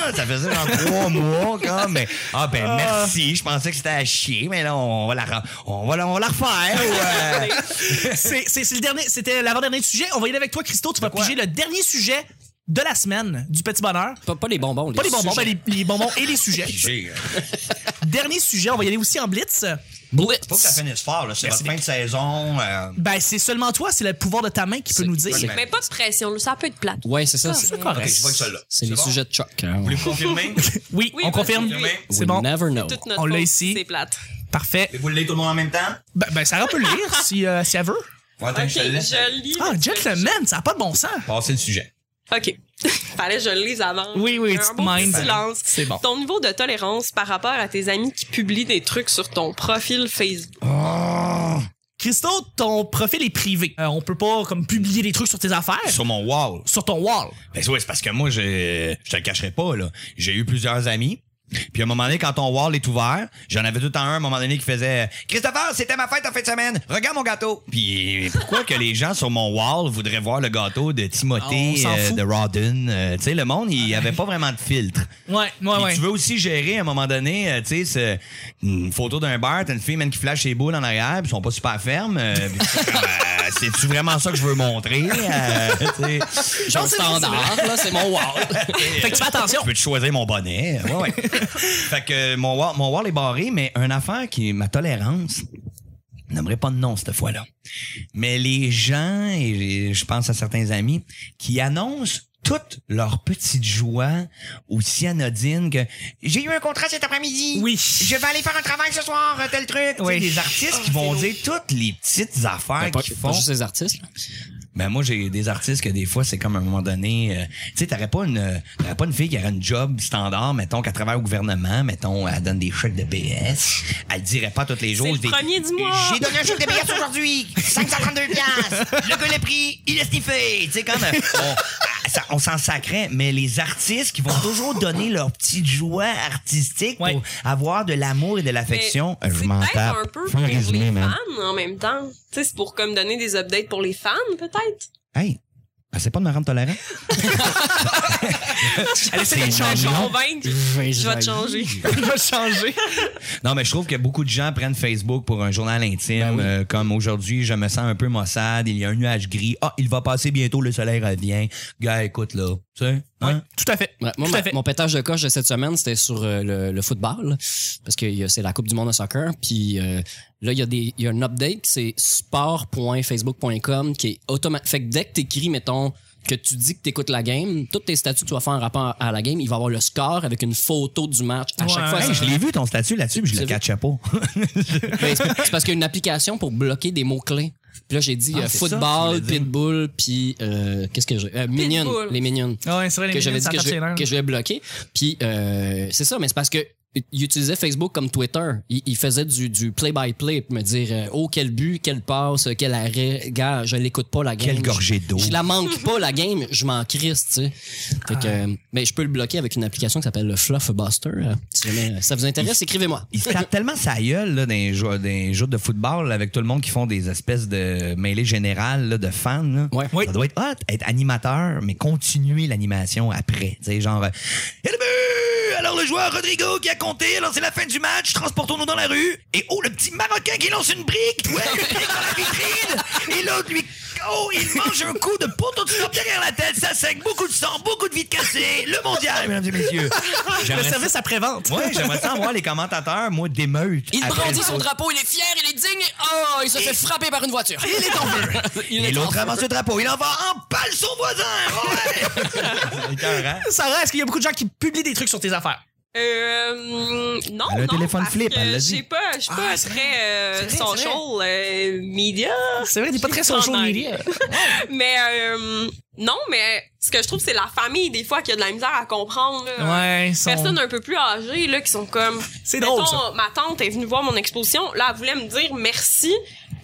B: Ah! Ça faisait genre trois mois, comme. Mais, ah, ben, merci. Je pensais que c'était à chier, mais là, on va la, re- on va la, on va la refaire. ou, euh,
A: C'est c'est- c'est le dernier, c'était l'avant-dernier sujet. On va y aller avec toi, Christo. Tu vas
B: quoi?
A: piger le dernier sujet de la semaine du Petit Bonheur.
C: Pas, pas les bonbons.
A: Pas les bonbons,
C: sujets.
A: ben, les, les bonbons et les sujets.
B: j'ai- euh,
A: Dernier sujet, on va y aller aussi en blitz.
C: Blitz.
B: ben, Faut que ça finisse fort, là. C'est votre fin de saison. euh,
A: Ben, c'est seulement toi, c'est le pouvoir de ta main qui peut nous dire.
B: c'est-
D: Mais pas de pression, là, ça peut être plate.
C: Ouais, c'est ça.
D: C'est
A: correct.
B: ok, Ah, je vois que ça, là.
C: C'est les
B: bon?
C: sujets de choc. hein.
B: Vous voulez confirmer?
A: Oui,
D: Oui,
A: on
D: vas-y,
A: confirme.
D: oui.
A: C'est bon.
C: Never know.
D: Toute notre
A: On l'a
D: faute,
A: ici.
D: C'est plate.
A: Parfait.
B: Et vous le lisez tout le monde en même temps?
A: Ben, ben, Sarah peut le lire si, euh, si elle veut.
B: Ouais, attends,
D: Ok,
B: je te le laisse. euh,
D: je lis.
A: Ah, gentleman, ça n'a pas de bon sens.
B: Passer le sujet.
D: OK. Fallait que je le lise avant.
A: Oui, oui,
D: Un
A: tu te
D: beau petit
A: mindes.
D: silence.
A: C'est bon.
D: Ton niveau de tolérance par rapport à tes amis qui publient des trucs sur ton profil Facebook.
B: Ah!
A: Christo, ton profil est privé. Euh, on peut pas comme publier des trucs sur tes affaires.
B: Sur mon wall.
A: Sur ton wall.
B: Ben oui, c'est parce que moi, je, je te le cacherai pas, là. J'ai eu plusieurs amis. Puis à un moment donné, quand ton wall est ouvert, j'en avais tout le temps un à un moment donné qui faisait Christopher, c'était ma fête en fin de semaine, regarde mon gâteau. Puis pourquoi que les gens sur mon wall voudraient voir le gâteau de
A: Ah, On
B: Timothée,
A: s'en
B: euh,
A: fout. Ah,
B: de Rodden? Euh, tu sais, le monde, il avait pas vraiment de filtre.
A: Ouais, ouais,
B: Puis
A: ouais.
B: tu veux aussi gérer à un moment donné, euh, tu sais, c'est une photo d'un bar, t'as une fille man, qui flash ses boules en arrière, puis ils sont pas super fermes. euh, puis tu fais comme, euh, C'est-tu vraiment ça que je veux montrer? Euh, tu sais,
C: J'ai un
A: Non, c'est
C: standard, là, c'est mon wall.
A: Fait que tu fais attention.
B: je peux te choisir mon bonnet. Ouais, ouais. fait que euh, mon wall, mon wall est barré, mais une affaire qui est ma tolérance. je N'aimerais pas de nom cette fois-là. Mais les gens, et je pense à certains amis, qui annoncent toutes leurs petites joies aussi anodines que j'ai eu un contrat cet après-midi.
A: Oui.
B: Je vais aller faire un travail ce soir, tel truc. Tu sais,
A: Oui. Oh,
B: Des artistes qui vont dire toutes les petites affaires
C: Pas,
B: qu'ils
C: pas
B: font.
C: juste les artistes. là.
B: Ben moi j'ai des artistes que des fois c'est comme à un moment donné, euh, tu sais t'aurais pas une t'aurais pas une fille qui aurait une job standard mettons qu'à travers au gouvernement, mettons elle donne des chèques de BS, elle dirait pas tous les jours
D: le
B: je dis,
D: premier du mois.
B: J'ai donné un chèque de BS aujourd'hui, 532 pièces. Le gars l'a pris, il est sniffé, tu sais comme euh, on, ça- on s'en sacrait mais les artistes qui vont toujours donner leur petite joie artistique
A: Ouais.
B: pour avoir de l'amour et de l'affection,
D: Mais
B: euh, je m'en
D: C'est
B: tape.
D: peut-être un peu
B: Fais
D: pour
B: résumé,
D: les
B: man.
D: fans en même temps. Tu sais, c'est pour comme donner des updates pour les fans, peut-être.
B: Hey, ah, c'est pas de me rendre tolérant.
D: Elle essaie de te
B: C'est
D: changer,
B: mignon.
D: convaincre. Je vais te changer.
A: Il va changer.
B: Non, mais je trouve que beaucoup de gens prennent Facebook pour un journal intime.
C: Ben
B: euh, comme aujourd'hui, je me sens un peu maussade. Il y a un nuage gris. Ah, il va passer bientôt, le soleil revient. Gars, écoute là. Tu sais? hein?
A: Tout à fait.
C: Ouais, moi,
A: Tout
C: ma-
A: à fait.
C: mon pétage de coche de cette semaine, c'était sur euh, le, le football, parce que euh, c'est la Coupe du Monde de soccer. Puis euh, là, il y a des, il y a un update, c'est sport.facebook.com qui est automatique. Fait que dès que t'écris, mettons, que tu dis que t'écoutes la game, tous tes statuts que tu vas faire en rapport à la game, il va avoir le score avec une photo du match à
A: Ouais.
C: chaque fois.
A: Hey,
B: Hey, je l'ai vu ton statut là-dessus, puis je
C: C'est
B: le
C: vrai.
B: catchais pas.
C: Ben, c'est c'est parce qu'il y a une application pour bloquer des mots-clés. Puis là, j'ai dit
B: Ah,
C: euh,
B: c'est ça, tu
C: football,
B: voulais dire.
C: pitbull, puis euh, qu'est-ce que j'ai? Euh, minion,
D: Pitbull.
C: les minions
A: Ah ouais, c'est vrai, les
C: que j'avais
A: minions,
C: dit
A: ça
C: que
A: tape ses nerfs.
C: je, que je vais bloquer. Puis euh, c'est ça, mais c'est parce que il utilisait Facebook comme Twitter. Il, il faisait du, du play-by-play pour me dire euh, oh quel but, quelle passe, quel arrêt. Gars, je l'écoute pas la game.
B: Quelle gorgée d'eau.
C: Je, je la manque pas la game, je m'en crisse, tu sais. Fait
B: Ah.
C: que, euh, mais je peux le bloquer avec une application qui s'appelle le Fluff Buster. Euh, Si jamais euh, ça vous intéresse, écrivez-moi.
B: Il se tape tellement sa gueule là, dans, les jeux, dans les jeux de football là, avec tout le monde qui font des espèces de mêlées générales là, de fans. là.
C: Ouais.
B: Ça doit être hot, être animateur, mais continuer l'animation après. Tu sais, genre, euh, Et le but! alors le joueur Rodrigo qui a compté, alors c'est la fin du match, transportons-nous dans la rue. Et oh, le petit Marocain qui lance une brique, ouais, une brique dans la vitrine. Et l'autre lui, oh, il mange un coup de poteau de stop derrière la tête, ça saigne, beaucoup de sang, beaucoup de vide cassé. Le mondial, mesdames et messieurs.
A: Le service après-vente.
B: Ouais, j'aimerais ça avoir les commentateurs, moi, d'émeute.
C: Il
B: après
C: brandit
B: le
C: son
B: show.
C: drapeau, il est fier, il est digne. et- Oh, il se fait frapper par une voiture. Il est tombé.
B: Et l'autre avance le drapeau. Il en va en pâle son voisin. Ouais. Écœurant.
A: Sarah, est-ce qu'il y a beaucoup de gens qui publient des trucs sur tes affaires?
D: Euh, non,
B: Elle a
D: non,
B: un téléphone
D: parce
B: flip,
D: que
B: elle l'a dit.
D: j'ai pas, je suis pas
A: Ah, c'est
D: très euh,
A: C'est vrai, c'est
D: social euh, media,
A: C'est vrai, t'es pas très
D: J'ai pas
A: social
D: en
A: media.
D: mais euh, non, mais ce que je trouve c'est la famille des fois qui a de la misère à comprendre. là.
A: Ouais, ils sont-
D: Personnes un peu plus âgées là qui sont comme.
A: C'est drôle,
D: Mettons,
A: ça.
D: Ma tante est venue voir mon exposition. Là, elle voulait me dire merci,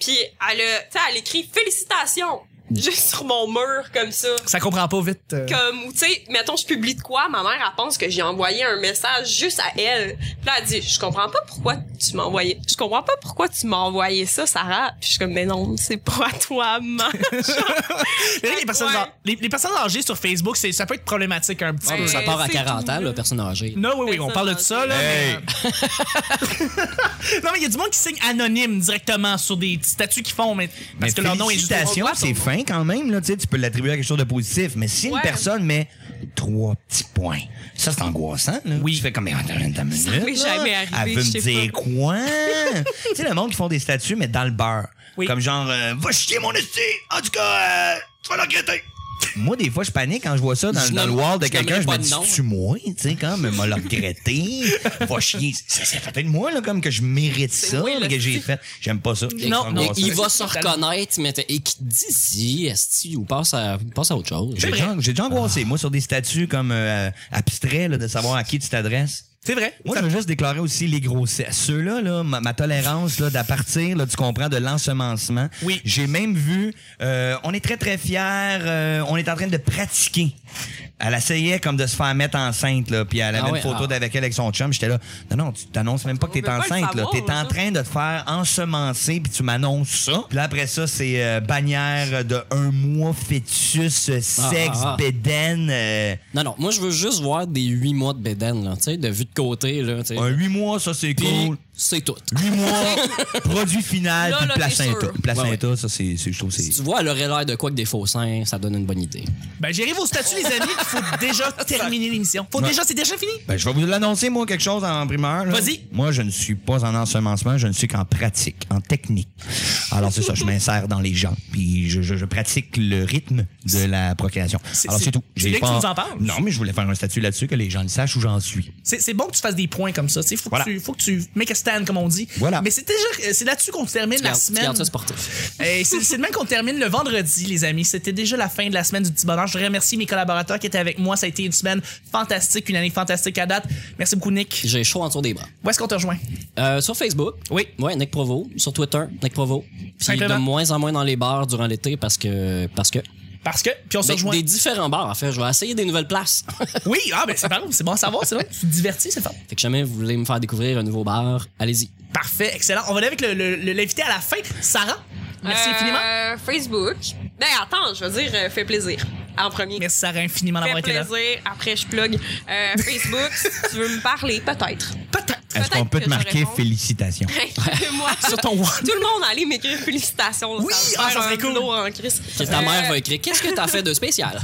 D: puis elle a, tu sais, elle écrit félicitations juste sur mon mur comme ça.
A: Ça comprend pas vite. euh.
D: comme ou, tu sais mettons je publie de quoi ma mère elle pense que j'ai envoyé un message juste à elle puis là elle dit je comprends pas pourquoi tu m'as envoyé je comprends pas pourquoi tu m'as envoyé ça Sarah puis je suis comme mais non c'est pas à toi maman
A: Mais là, les, personnes
D: Ouais.
A: âg- les, les personnes âgées sur Facebook, c'est- ça peut être problématique un petit
D: Ouais.
A: peu.
C: Ça
D: Euh,
C: part à
D: c'est
C: 40 ans, le personne âgée.
A: Non, oui, oui, on parle de ça, là.
B: Hey.
A: mais- non, mais il y a du monde qui signe anonyme directement sur des petits statuts qu'ils font, mais parce
B: Mais
A: que leur nom est juste.
B: félicitations, c'est fin quand même. Là, tu sais, tu peux l'attribuer à quelque chose de positif. Mais si une
D: Ouais.
B: personne met trois petits points, ça, c'est angoissant. Là.
A: Oui.
B: Tu fais comme, mais attends, attends une
D: Ça m'est
B: minute, là.
D: jamais arrivé,
B: Elle veut
D: je
B: me
D: sais
B: dire
D: pas.
B: quoi? tu sais, le monde qui font des statues, mais dans le beurre.
A: Oui.
B: Comme genre, euh, va chier mon esti. En tout cas, euh, tu vas le regretter. Moi, des fois, je panique quand je vois ça dans,
C: Je
B: dans le
C: nomme-
B: wall de
C: je
B: quelqu'un.
C: nommerai
B: Je me
C: pas de
B: dis,
C: nom.
B: tu moi, tu sais, comme, m'a le regretté. Va chier. C'est c'est peut-être moi, là, comme que je mérite ça,
D: moi,
B: mais
D: le
B: que j'ai fait. J'aime pas ça. C'est
A: Non, non,
C: Et
B: angoissant.
C: il va se
A: Totalement.
C: reconnaître, mais t'es- et qui te dit si, esti, ou passe à, passe à autre chose.
B: J'ai déjà, j'ai déjà angoissé, moi, sur des statuts comme euh, abstraits, là, de savoir à qui tu t'adresses.
A: C'est vrai.
B: Moi, je veux juste déclarer aussi les grossesses. Ceux-là, là, ma, ma tolérance là, d'à partir, là, tu comprends, de l'ensemencement.
A: Oui.
B: J'ai même vu, euh, on est très, très fiers, euh, on est en train de pratiquer. Elle essayait comme de se faire mettre enceinte, là, puis elle avait
C: Ah
B: une
C: ouais,
B: photo
C: ah.
B: d'avec elle avec son chum. J'étais là, non, non, tu t'annonces même pas que
D: On
B: t'es
D: veut pas le
B: enceinte. là.
D: savoir,
B: T'es en
D: là.
B: train de te faire ensemencer, puis tu m'annonces ça. Puis là, après ça, c'est euh, bannière de un mois, fœtus, euh, sexe,
C: Ah, ah, ah.
B: bédaine, euh,
C: Non, non, moi, je veux juste voir des 8 mois de bédaine, là, tu sais, de vue de côté, là, tu sais.
B: un huit mois, ça, c'est
C: Puis,
B: cool.
C: c'est tout.
B: 8 mois, produit final,
D: Là,
B: puis
D: là, t'es
B: placenta.
D: sûr.
B: Placenta, ça, c'est, c'est- je trouve, que
C: Si
B: c'est.
C: tu vois, elle aurait l'air de quoi que des faux seins, ça donne une bonne idée.
A: Ben, j'arrive au statut, les amis, il faut déjà terminer l'émission. Faut déjà, c'est déjà fini.
B: Ben, je vais vous l'annoncer, moi, quelque chose en primeur. là.
A: Vas-y.
B: Moi, je ne suis pas en ensemencement, je ne suis qu'en pratique, en technique. Alors, c'est ça, je m'insère dans les gens, puis je, je- je pratique le rythme de la procréation.
A: c'est-
B: Alors, c'est tout.
A: c'est bien que tu nous en parles.
B: Non, mais je voulais faire un statut là-dessus, que les gens le sachent où j'en suis.
A: C'est c'est bon que tu fasses des points comme ça. tu sais. Faut, que
B: Voilà.
A: tu, faut que tu make a stand, comme on dit.
B: Voilà.
A: Mais c'est déjà, euh, c'est là-dessus qu'on termine
C: Tu
A: la
C: gardes- tu
A: semaine.
C: gardes ça sportif.
A: Et c'est c'est de même qu'on termine le vendredi, les amis. C'était déjà la fin de la semaine du petit bonheur. Je remercie mes collaborateurs qui étaient avec moi. Ça a été une semaine fantastique, une année fantastique à date. Merci beaucoup, Nick.
C: J'ai chaud en dessous des bras.
A: Où est-ce qu'on te rejoint?
C: Euh, sur Facebook.
A: Oui.
C: Ouais, Nick Provo. Sur Twitter, Nick Provo. Puis
A: Simplement.
C: de moins en moins dans les bars durant l'été parce que. Parce que.
A: Parce que, puis on se
C: Des,
A: rejoint.
C: des différents bars, en fait. Je vais essayer des nouvelles places.
A: Oui, ah, ben c'est pas grave, c'est bon à savoir, c'est vrai. Tu te divertis, c'est fort.
C: fait que jamais vous voulez me faire découvrir un nouveau bar, allez-y.
A: Parfait, excellent. On va aller avec le- le- le- l'invité à la fin, Sarah. Merci
D: Euh,
A: infiniment.
D: Facebook. Ben attends, je veux dire, euh, fait plaisir. En premier.
A: Merci Sarah infiniment d'avoir
D: Fait
A: été là.
D: plaisir. Après, je plug. Euh, Facebook, si tu veux me parler, peut-être.
A: Peut-être.
B: Est-ce qu'on peut
D: que
B: te
D: je
B: marquer
D: réponds.
B: félicitations?
D: Moi,
A: Sur ton one.
D: tout le monde allez m'écrire félicitations.
A: Oui,
D: va
A: ah, ça
D: faire
A: serait
D: un
A: cool.
D: boulot en crise.
C: Que ta
D: Euh,
C: mère va écrire Qu'est-ce que t'as fait de spécial?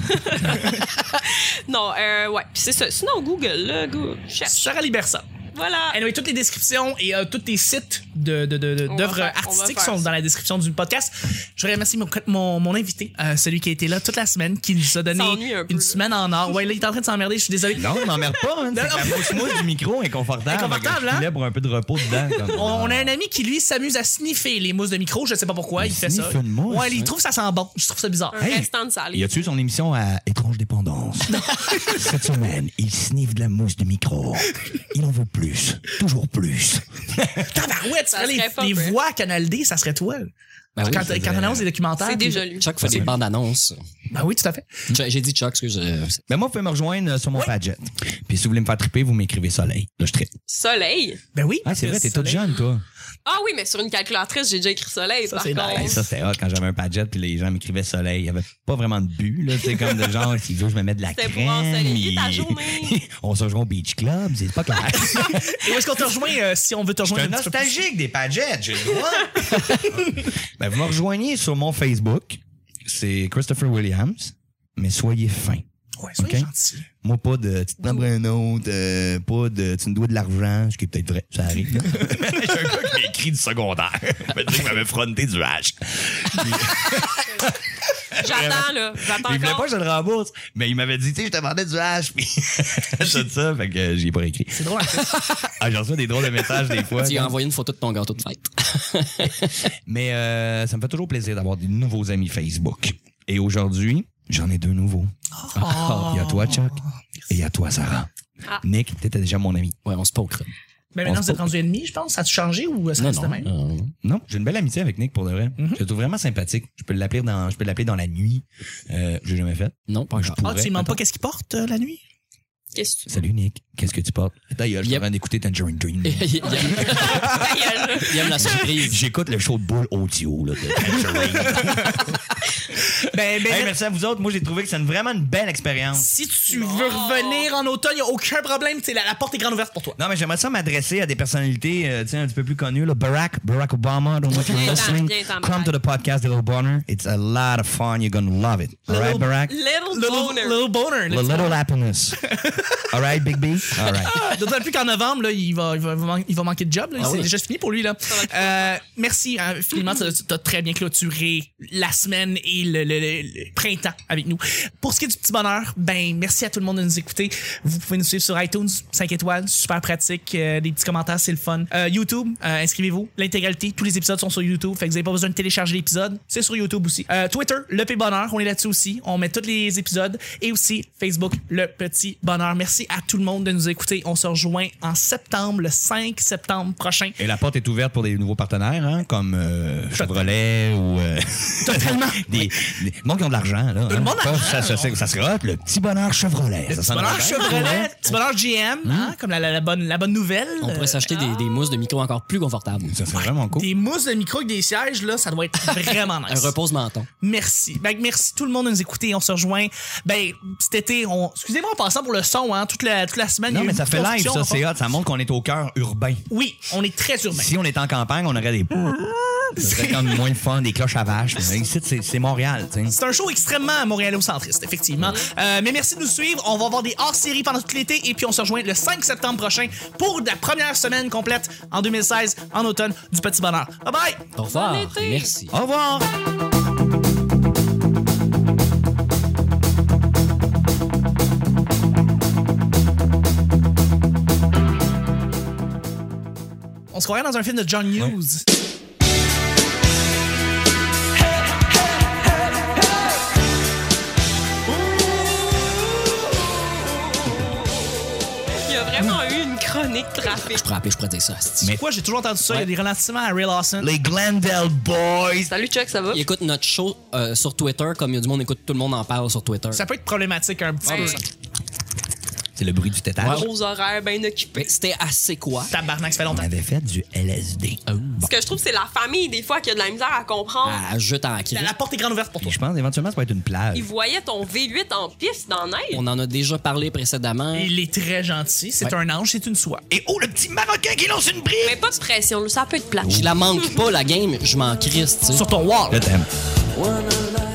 D: Non, euh, ouais, Puis c'est ça. Sinon, Google, là, Google, cherche.
A: Sarah Libersa.
D: Voilà.
A: Anyway, toutes les descriptions et euh, tous tes sites de- de- de- de-
D: On va
A: d'œuvres
D: faire- on va
A: artistiques
D: faire
A: sont
D: ça.
A: dans la description du podcast. Je remercie mon, mon, mon invité, euh, celui qui a été là toute la semaine, qui nous a
D: S'ennuie
A: donné
D: un peu,
A: une
D: là.
A: semaine en or. Ouais, là, il est en train de s'emmerder, je suis désolé.
B: Non, on n'emmerde pas. Hein, c'est que la mousse mousse du micro est confortable.
A: Inconfortable,
B: Je suis
A: hein?
B: là pour un peu de repos dedans. comme-
A: On, on a un ami qui, lui, s'amuse à sniffer les mousses de micro. Je sais pas pourquoi, il,
B: Il
A: fait ça.
B: sniffe une mousse,
A: ouais, il
B: hein?
A: trouve ça sent bon. Je trouve ça bizarre.
D: Un
B: Hey,
D: restant de salé.
B: Y a-tu eu son émission à Étrange Dépendance? Cette semaine, il sniffe de la mousse du micro. Il en veut plus. Toujours plus.
A: Tabarouette, tu
D: Ça
A: ferais
D: serait pas
A: les, les
D: vrai.
A: voix à Canal D, ça serait toi.
C: Ben
B: Bah
C: oui,
A: quand
C: je veux
A: quand on annonce des documentaires.
D: C'est déjà lui.
C: Chuck fait des bandes annonces.
A: Ben oui, tout à fait.
C: J'ai dit Chuck, excuse. euh,
B: Mais Ben, moi, vous pouvez me rejoindre euh, sur mon Padget. Puis si vous voulez me faire triper, vous m'écrivez soleil. Là, je tripe.
D: Soleil.
A: Ben oui.
B: Ah, c'est vrai, t'es toute jeune, toi.
D: Ah oui, mais sur une calculatrice, j'ai déjà écrit soleil.
A: Ça,
D: par
A: c'est
D: contre.
A: nice.
B: Hey, ça, c'était hot quand j'avais un Padget, puis les gens m'écrivaient soleil. Il n'y avait pas vraiment de but, là. C'est comme de genre, s'il veut, je me mets de la
D: C'était
B: crème.
D: pour ensoleiller ta
B: et-
D: journée.
B: on se rejoint au Beach Club, c'est pas clair.
A: Et où est-ce qu'on te rejoint euh, si on veut te rejoindre? un petit peu plus?
B: des Padgets, j'ai le droit. ben, vous me rejoignez sur mon Facebook. C'est Christopher Williams. Mais soyez fin.
A: Ouais, soyez
B: Ok.
A: gentil.
B: Moi, pas de tu te prends pour un autre, euh, pas de tu me dois de l'argent, ce qui est peut-être vrai, ça arrive. là. J'ai un gars qui m'a écrit du secondaire. Il m'a dit qu'il m'avait fronté du H.
D: J'attends, là. J'attends
B: Il voulait pas
D: encore.
B: que je le rembourse, mais il m'avait dit, tu sais, je te demandais du H, puis tout ça, fait que j'ai pas écrit.
A: C'est drôle. en fait.
B: Ah, j'en reçois des drôles de messages des fois.
C: Tu lui as envoyé une photo de ton gâteau de fête.
B: Mais euh, ça me fait toujours plaisir d'avoir des nouveaux amis Facebook. Et aujourd'hui, j'en ai deux nouveaux.
A: Oh.
B: Il y a toi, Chuck, et il y a toi, Sarah.
D: Ah.
B: Nick, t'étais déjà mon ami.
C: Ouais, on se poke.
A: Ben maintenant,
B: On se
A: vous êtes rendu ennemi, je pense. Ça a-tu changé ou euh, ça
C: Non,
A: reste
C: non.
A: le même?
C: euh,
B: Non, j'ai une belle amitié avec Nick pour de vrai.
A: Mhm.
B: Je le trouve vraiment sympathique. Je peux l'appeler dans, je peux l'appeler dans la nuit. Euh, je l'ai jamais fait.
C: non, pas
B: Je
C: encore.
A: Ah,
B: pourrais.
A: tu lui demandes pas
B: Attends.
A: qu'est-ce qu'il porte euh, la nuit?
D: Qu'est-ce que tu
B: Salut Nick, qu'est-ce que tu portes D'ailleurs, je suis
C: Yep.
B: en train d'écouter Tangerine Dream.
C: il, il- il-
D: fais?
C: il aime la surprise.
B: J'écoute le show de boule audio là, de Tangerine.
A: Ben, ben,
B: Hey, merci à vous autres. Moi, j'ai trouvé que c'est une- vraiment une belle expérience.
A: si tu veux revenir en automne, il a aucun problème. t'sais, La, la porte est grande ouverte pour toi.
B: Non, mais j'aimerais ça m'adresser à des personnalités euh, tu sais, un petit peu plus connues. Là. Barack, Barack Obama, I don't know if you're
D: Viens-t'en,
B: listening.
D: viens-t'en,
B: Come
D: Barack.
B: to the podcast, Little Bonner. It's a lot of fun. You're gonna love it. All right, Barack?
D: Little
A: Little,
D: boner.
A: little boner.
B: The little happiness. All right, Big B? All right.
A: D'autant plus qu'en novembre, là, il, va, il, va, il va man- il va manquer de job. là.
C: Ah
A: c'est
C: oui.
A: déjà fini pour lui. Là. Euh, merci hein, infiniment. Tu as, très bien clôturé la semaine et le, le- le- le printemps avec nous. Pour ce qui est du petit bonheur, ben merci à tout le monde de nous écouter. Vous pouvez nous suivre sur iTunes, 5 étoiles, super pratique. euh, des petits commentaires, c'est le fun. Euh, YouTube, euh, inscrivez-vous. L'intégralité, tous les épisodes sont sur YouTube. Fait que vous n'avez pas besoin de télécharger l'épisode. C'est sur YouTube aussi. Euh, Twitter, le P Bonheur, on est là-dessus aussi. On met tous les épisodes. Et aussi Facebook, le Petit Bonheur. Merci à tout le monde de nous écouter. On se rejoint en septembre, le 5 septembre prochain.
B: Et la porte est ouverte pour des nouveaux partenaires, hein, comme euh, Chevrolet ou euh,
A: Totalement.
B: des, des gens qui ont de l'argent. Là, hein.
A: monde a de
B: Pas- ça, ça, ça, ça sera hot, le petit bonheur Chevrolet. ça
A: Petit
B: sonne
A: bonheur
B: bien.
A: Chevrolet, petit bonheur GM, hein, comme la, la- la bonne, la bonne nouvelle.
C: Mm. On
D: Euh,
C: pourrait s'acheter des, des mousses de micro encore plus confortables.
B: Ça serait vraiment cool.
A: Des mousses de micro avec des sièges, là, ça doit être vraiment
C: Un
A: nice.
C: repose-menton.
A: Merci. Ben, merci tout le monde de nous écouter. On se rejoint. Ben, cet été, on. Excusez-moi en passant pour le son, hein, toute la, toute la semaine. il
B: Non,
A: y a
B: mais
A: eu
B: ça
A: une
B: fait live,
A: construction,
B: ça,
A: enfin.
B: c'est hot. Ça montre qu'on est au cœur urbain.
A: Oui, on est très urbain.
B: Ben, Si on était en campagne, on aurait des... hein. Ça serait comme moins le fun, des cloches à vache. Mais ici, Ah, c'est, c'est Montréal, tu sais.
A: C'est un show extrêmement montréalocentriste, effectivement. Euh, mais merci de nous suivre. On va avoir des hors-séries pendant tout l'été et puis on se rejoint le 5 septembre prochain pour la première semaine complète en 2016, en automne, du Petit Bonheur. Bye bye!
C: Au revoir.
D: Bon été.
C: Merci.
B: Au revoir!
A: On On se croirait dans un film de John Hughes.
D: Il y a vraiment eu une chronique trafic.
C: Je pourrais appeler, je pourrais dire ça. asti.
B: Mais-
A: Pourquoi j'ai toujours entendu ça?
C: Ouais.
A: Il y a des relativement à Ray Lawson.
B: Les Glendale Boys.
D: Salut Chuck, ça va?
C: Ils écoutent notre show euh, sur Twitter, comme il y a du monde écoute, tout le monde en parle sur Twitter.
A: Ça peut être problématique un petit peu. ça.
B: C'est le bruit du tétage.
D: Aux horaires bien occupés.
C: Mais C'était assez quoi?
A: Tabarnak, ça fait
B: On
A: longtemps.
B: avait fait du LSD.
C: Euh, bon.
D: Ce que je trouve, c'est la famille, des fois, qui a de la misère à comprendre.
C: Ah, je t'en crie.
A: La, la porte est grande ouverte pour
B: Puis
A: toi.
B: je pense éventuellement ça va être une plage.
D: Ils voyaient ton V8 en piste dans neige.
C: On en a déjà parlé précédemment.
A: Il est très gentil. C'est
C: Ouais.
A: un ange, c'est une soie.
B: Et oh, le petit Marocain qui lance une brique!
D: Mais pas de pression, là, ça peut être plat.
C: Je la manque pas, la game, je m'en crisse, tu sais.
A: Sur ton wall.
B: Je t'aime.
E: One alive.